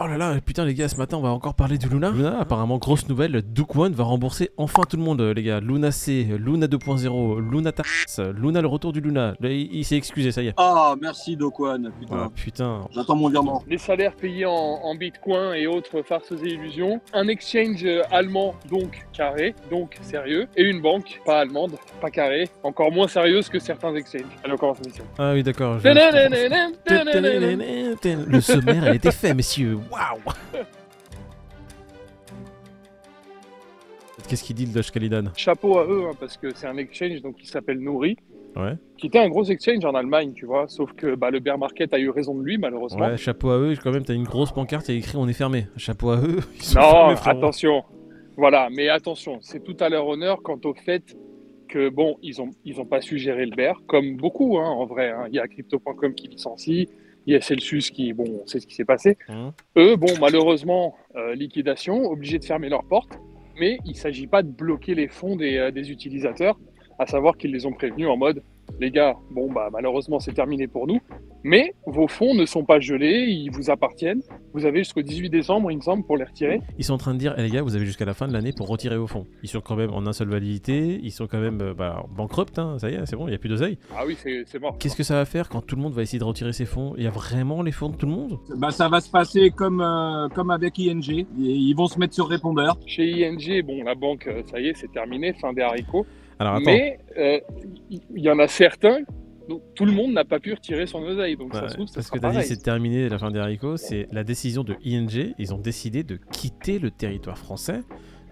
Oh là là, putain les gars, ce matin on va encore parler du Luna. Luna, apparemment grosse nouvelle, Duke One va rembourser enfin tout le monde les gars. Luna C, Luna 2.0, Luna Tax, Luna le retour du Luna. Là, il, il s'est excusé, ça y est. Ah, merci Dokwan, putain. Ah putain. J'attends mon virement. Les salaires payés en, en bitcoin et autres farces et illusions. Un exchange euh, allemand, donc carré, donc sérieux. Et une banque, pas allemande, pas carré, encore moins sérieuse que certains exchanges. Allez, on commence l'émission. Ah oui d'accord. je- Tadadadadam, Le sommaire a été fait messieurs. Waouh. Qu'est-ce qu'il dit le Doge Khalidan Chapeau à eux, hein, parce que c'est un exchange donc, qui s'appelle Nourri. Ouais. Qui était un gros exchange en Allemagne, tu vois. Sauf que bah, le bear market a eu raison de lui, malheureusement. Ouais, chapeau à eux, quand même, t'as une grosse pancarte, il y a écrit on est fermé. Chapeau à eux, ils sont Non, fermés, frérot. attention. Voilà, mais attention, c'est tout à leur honneur quant au fait que, bon, ils n'ont ils ont pas su gérer le BER, comme beaucoup, hein, en vrai. hein. Il y a Crypto.com qui licencie, il y a Celsius qui, bon, on sait ce qui s'est passé. Hein Eux, bon, malheureusement, euh, liquidation, obligés de fermer leurs portes, mais il ne s'agit pas de bloquer les fonds des, euh, des utilisateurs, à savoir qu'ils les ont prévenus en mode les gars, bon, bah, malheureusement, c'est terminé pour nous, mais vos fonds ne sont pas gelés, ils vous appartiennent. Vous avez jusqu'au 18 décembre, il me semble, pour les retirer. Ils sont en train de dire, eh, les gars, vous avez jusqu'à la fin de l'année pour retirer vos fonds. Ils sont quand même en insolvabilité, ils sont quand même euh, bah, bankrupt, hein, ça y est, c'est bon, il n'y a plus d'oseille. Ah oui, c'est c'est mort. Qu'est-ce que ça va faire quand tout le monde va essayer de retirer ses fonds Il y a vraiment les fonds de tout le monde Bah, ça va se passer comme, euh, comme avec ING. Ils- Ils vont se mettre sur répondeur. Chez ING, bon, la banque, euh, ça y est, c'est terminé, fin des haricots. Alors attends, Mais euh, il il y, en a certains, donc tout le monde n'a pas pu retirer son oseille. Donc ça ouais, se trouve, ça parce sera que t'as dit que pareil. c'est terminé la fin des haricots, c'est la décision de ING, ils ont décidé de quitter le territoire français.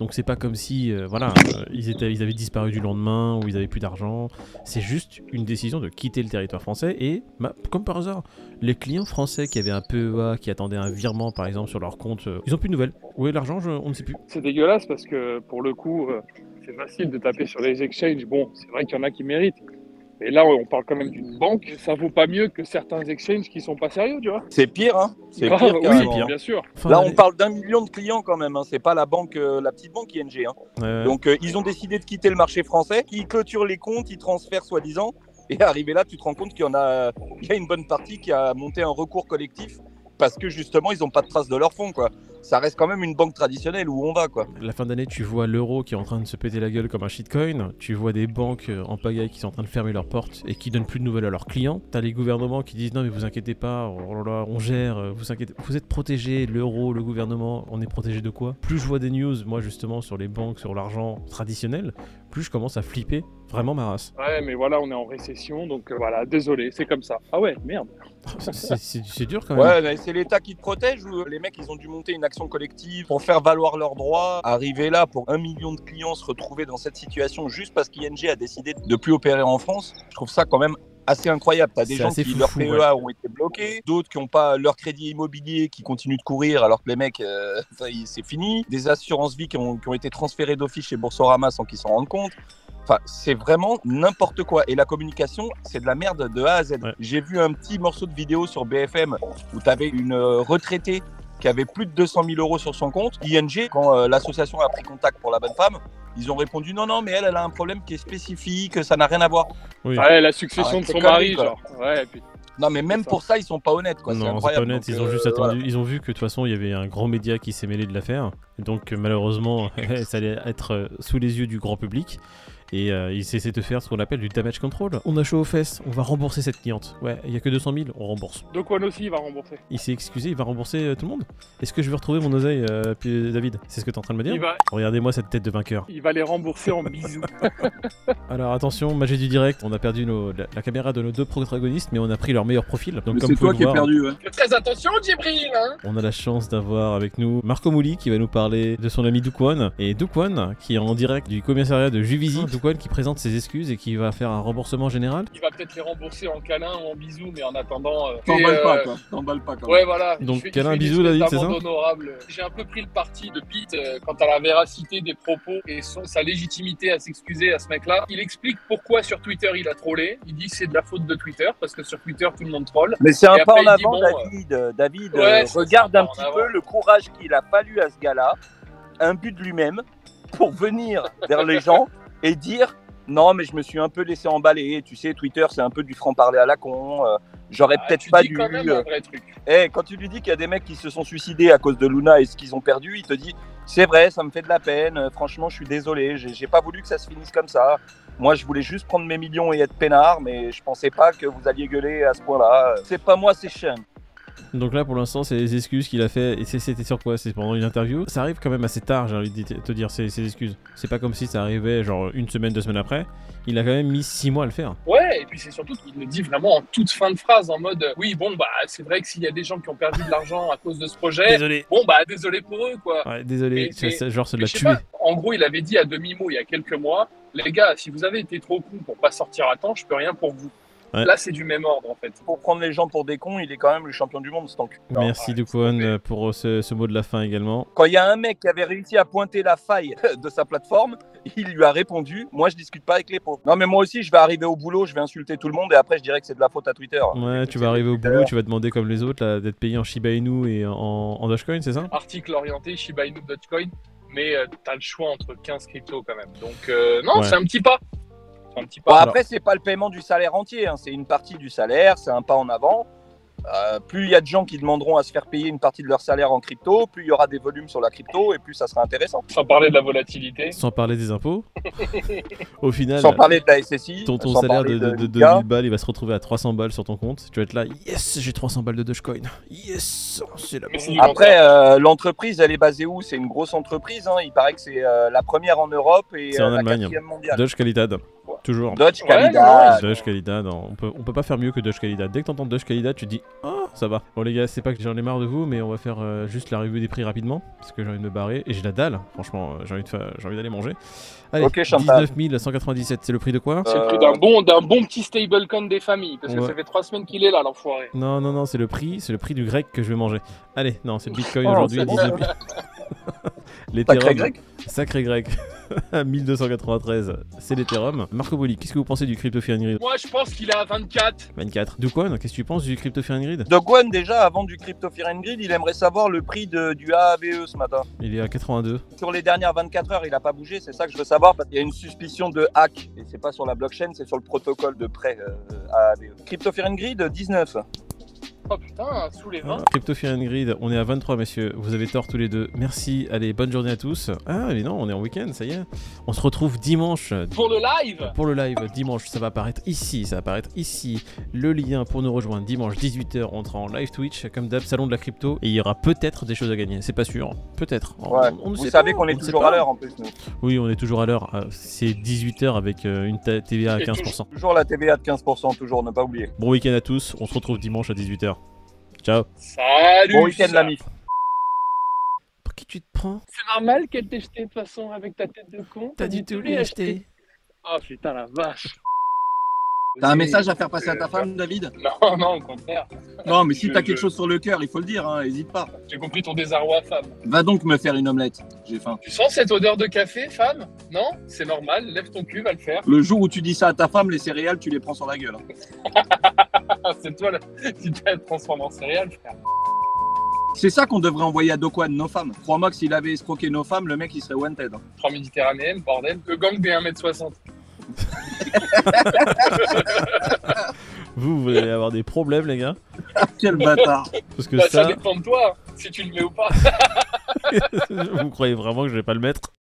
Donc c'est pas comme si euh, voilà, euh, ils, étaient, ils avaient disparu du lendemain ou ils avaient plus d'argent. C'est juste une décision de quitter le territoire français et, bah, comme par hasard, les clients français qui avaient un PEA, qui attendaient un virement par exemple sur leur compte, euh, ils ont plus de nouvelles. Où est l'argent je- On ne sait plus. C'est dégueulasse parce que pour le coup, euh, c'est facile de taper sur les exchanges. Bon, c'est vrai qu'il y en a qui méritent. Mais là, on parle quand même d'une banque. Ça vaut pas mieux que certains exchanges qui sont pas sérieux, tu vois. C'est pire, hein C'est Grave, pire, oui, hein. carrément. bien sûr. Fin Là, on d'année- parle d'un million de clients quand même. Hein. C'est pas la banque, euh, la petite banque ING. Hein. Ouais, ouais. Donc, euh, ils ont décidé de quitter le marché français. Ils clôturent les comptes, ils transfèrent soi-disant. Et arrivé là, tu te rends compte qu'il y en a, il y a une bonne partie qui a monté un recours collectif parce que justement, ils n'ont pas de traces de leurs fonds. Quoi. Ça reste quand même une banque traditionnelle où on va. Quoi. La fin d'année, tu vois l'euro qui est en train de se péter la gueule comme un shitcoin, tu vois des banques euh, en pagaille qui sont en train de fermer leurs portes et qui donnent plus de nouvelles à leurs clients, t'as les gouvernements qui disent non mais vous inquiétez pas, oh là là, on gère, euh, vous inquiétez, vous êtes protégés, l'euro, le gouvernement, on est protégé de quoi Plus je vois des news, moi justement, sur les banques, sur l'argent traditionnel, plus je commence à flipper vraiment ma race. Ouais, mais voilà, on est en récession, donc euh, voilà, désolé, c'est comme ça. Ah ouais, merde. C'est- C'est c'est dur quand même. Ouais, mais c'est l'État qui te protège ou euh, les mecs, ils ont dû monter une action collective pour faire valoir leurs droits. Arriver là pour un million de clients se retrouver dans cette situation juste parce qu'ING a décidé de plus opérer en France, je trouve ça quand même assez incroyable. T'as des C'est gens assez qui, leurs foufou, PEA ont été bloqués, d'autres qui n'ont pas leur crédit immobilier qui continue de courir alors que les mecs, euh, ça y est, c'est fini. Des assurances vie qui ont, qui ont été transférées d'office chez Boursorama sans qu'ils s'en rendent compte. Enfin, c'est vraiment n'importe quoi. Et la communication, c'est de la merde de A à Z. Ouais. J'ai vu un petit morceau de vidéo sur BFM où tu avais une euh, retraitée qui avait plus de 200 000 euros sur son compte. ING, quand euh, l'association a pris contact pour la bonne femme, ils ont répondu non, non, mais elle, elle a un problème qui est spécifique, ça n'a rien à voir. Oui. Ouais, la succession Arrête de tes son mari, conneries, genre. Ouais, putain. Non, mais même pour ça, ils sont pas honnêtes, quoi. C'est Non, c'est pas incroyable. honnête, Donc, ils ont euh, juste voilà. attendu, ils ont vu que de toute façon il y avait un grand média qui s'est mêlé de l'affaire, Et donc euh, malheureusement ça allait être euh, sous les yeux du grand public et euh, ils essaient de faire ce qu'on appelle du damage control. On a chaud aux fesses, on va rembourser cette cliente. Ouais, il y a que 200 000, on rembourse. Donc One aussi, il va rembourser. Il s'est excusé, il va rembourser euh, tout le monde. Est-ce que je vais retrouver mon oseille, euh, puis- David C'est ce que t'es en train de me Il dire va, Regardez-moi cette tête de vainqueur. il va les rembourser en bisous. Alors attention, magie du direct, on a perdu nos- la, la caméra de nos deux protagonistes, mais on a pris leur meilleur profil. Donc Mais comme c'est vous pouvez toi le qui es voir, perdu. hein. ouais. Fais très attention, Djibril, hein On a la chance d'avoir avec nous Marco Mouli qui va nous parler de son ami Dukwan et Dukwan qui est en direct du commissariat de Juvisy. Dukwan qui présente ses excuses et qui va faire un remboursement général. Il va peut-être les rembourser en câlin ou en bisous, mais en attendant... euh, T'emballes et, euh, pas, quoi. T'emballes pas, quoi. Ouais, voilà. Donc, Je fais- câlin, je fais une bisous, David, espèce c'est ça d'amende honorable. J'ai un peu pris le parti de Pete euh, quant à la véracité des propos et son, sa légitimité à s'excuser à ce mec-là. Il explique pourquoi sur Twitter il a trollé. Il dit que c'est de la faute de Twitter parce que sur Twitter tout le monde troll. Mais c'est un Et pas après, en il dit, avant, bon, David. euh, David, Ouais, euh, c'est- regarde c'est un un pas petit en avant. peu le courage qu'il a fallu à ce gars-là, un but de lui-même, pour venir vers les gens et dire non, mais je me suis un peu laissé emballer. Tu sais, Twitter, c'est un peu du franc-parler à la con. euh, J'aurais Ah, peut-être tu pas dis dû. quand même un vrai truc. Eh, quand tu lui dis qu'il y a des mecs qui se sont suicidés à cause de Luna et ce qu'ils ont perdu, il te dit c'est vrai, ça me fait de la peine. euh, Franchement, je suis désolé. J'ai j'ai pas voulu que ça se finisse comme ça. Moi, je voulais juste prendre mes millions et être peinard, mais je pensais pas que vous alliez gueuler à ce point-là. C'est pas moi, c'est Sean. Donc là, pour l'instant, c'est les excuses qu'il a fait. Et c'est- c'était sur quoi C'est pendant une interview Ça arrive quand même assez tard, j'ai envie de te te dire, ces, ces excuses. C'est pas comme si ça arrivait genre une semaine, deux semaines après. Il a quand même mis six mois à le faire. Ouais, et puis c'est surtout qu'il le dit vraiment en toute fin de phrase, en mode euh, oui, bon, bah, c'est vrai que s'il y a des gens qui ont perdu de l'argent à cause de ce projet, Désolé. bon, bah, désolé pour eux, quoi. Ouais, désolé. Mais c'est- Ça- ça- genre, ça Mais l'a je sais tué. pas, en gros, il avait dit à demi-mot il y a quelques mois les gars, si vous avez été trop con pour pas sortir à temps, je peux rien pour vous. Ouais. Là, c'est du même ordre, en fait. Pour prendre les gens pour des cons, il est quand même le champion du monde, ce tank. Merci, Dukwon, euh, pour ce, ce mot de la fin également. Quand il y a un mec qui avait réussi à pointer la faille de sa plateforme, il lui a répondu Moi, je discute pas avec les pauvres. Non, mais moi aussi, je vais arriver au boulot, je vais insulter tout le monde et après, je dirais que c'est de la faute à Twitter. Ouais, tu c'est vas arriver au tout à boulot, l'heure. tu vas demander comme les autres là, d'être payé en Shiba Inu et en, en Dogecoin, c'est ça Article orienté Shiba Inu Dogecoin, mais euh, t'as le choix entre 15 cryptos quand même. Donc, euh, non, Ouais. c'est un petit pas. C'est un petit Bon, pas. après, c'est pas le paiement du salaire entier, hein, c'est une partie du salaire, c'est un pas en avant. Euh, plus il y a de gens qui demanderont à se faire payer une partie de leur salaire en crypto, plus il y aura des volumes sur la crypto et plus ça sera intéressant. Sans parler de la volatilité. Sans parler des impôts. au final, Sans parler de la SSI, euh, ton, ton sans salaire parler de, de, de Lucas. 2000 balles, il va se retrouver à 300 balles sur ton compte. Tu vas être là, yes, j'ai 300 balles de Dogecoin. Yes, c'est la Mais bonne. c'est du Après, euh, l'entreprise, elle est basée où C'est une grosse entreprise. hein. Il paraît que c'est euh, la première en Europe et C'est en euh, la Allemagne. quatrième mondiale. Doge Qualidad, toujours. Dodge Ouais, Calida. non, Doge Qualidad, on peut, on peut pas faire mieux que Doge Qualidad. Dès que t'entends Doge Qualidad, tu te dis Oh, ça va. Bon, les gars, c'est pas que j'en ai marre de vous, mais on va faire euh, juste la revue des prix rapidement. Parce que j'ai envie de me barrer. Et j'ai la dalle, franchement, euh, j'ai envie de fa- j'ai envie d'aller manger. Allez, Ok, champagne. 19 197, c'est le prix de quoi C'est le prix Euh, d'un bon, d'un bon petit stablecoin des familles, parce que Ouais. ça fait trois semaines qu'il est là, l'enfoiré. Non, non, non, c'est le prix, c'est le prix du grec que je vais manger. Allez, non, c'est Bitcoin Oh, aujourd'hui, c'est bon. 19 000. Sacré L'Ethereum, grec. sacré grec, à 1293, c'est l'Ethereum. Marco Boli, qu'est-ce que vous pensez du crypto Grid Moi, je pense qu'il est à 24. 24. Duquan, qu'est-ce que tu penses du crypto Grid Dogwan, déjà, avant du Crypto Fear and Greed, il aimerait savoir le prix de- du AAVE E ce matin. Il est à 82. Sur les dernières 24 heures, il n'a pas bougé, c'est ça que je veux savoir, parce qu'il y a une suspicion de hack. Et c'est pas sur la blockchain, c'est sur le protocole de prêt euh, AAVE. Crypto Fear and Greed, 19. Oh putain, sous les 20. Voilà. Crypto Fear and Greed, on est à 23, messieurs. Vous avez tort tous les deux. Merci. Allez, bonne journée à tous. Ah, mais non, on est en week-end, ça y est. On se retrouve dimanche. Pour le live, Pour le live dimanche, ça va apparaître ici, ça va apparaître ici. Le lien pour nous rejoindre dimanche 18h, on sera en live Twitch, comme d'hab, salon de la crypto, et il y aura peut-être des choses à gagner, c'est pas sûr, peut-être. On- Ouais. on ne Vous sait savez pas, qu'on on est ne sait toujours pas. à l'heure en plus, nous. Oui, on est toujours à l'heure, Euh, c'est 18h avec euh, une ta- TVA à Et 15%. Toujours la TVA de 15%, toujours, ne pas oublier. Bon week-end à tous, on se retrouve dimanche à 18h. Ciao. salut Bon week-end, l'ami. Pour qui tu te prends C'est normal qu'elle t'ait jeté de toute façon avec ta tête de con. T'as du tout lui acheter. Oh putain, la vache. T'as un message à faire passer à ta femme, David Euh, bah, Non, non, au contraire. Non, mais si Je- t'as je- quelque chose sur le cœur, il faut le dire, hein, hésite pas. J'ai compris ton désarroi, femme. Va donc me faire une omelette, j'ai faim. Tu sens cette odeur de café, femme Non C'est normal, lève ton cul, va le faire. Le jour où tu dis ça à ta femme, les céréales, tu les prends sur la gueule. hein. Ah, c'est toi là, qui t'as transformé en céréales, frère. C'est ça qu'on devrait envoyer à Dokwan, nos femmes. Crois-moi que s'il avait escroqué nos femmes, le mec, il serait wanted. hein. Trois méditerranéennes, bordel. Le gang des 1m60. Vous, vous allez avoir des problèmes, les gars. Quel bâtard. Parce que Bah, ça... ça, dépend de toi, hein, si tu le mets ou pas. vous croyez vraiment que je vais pas le mettre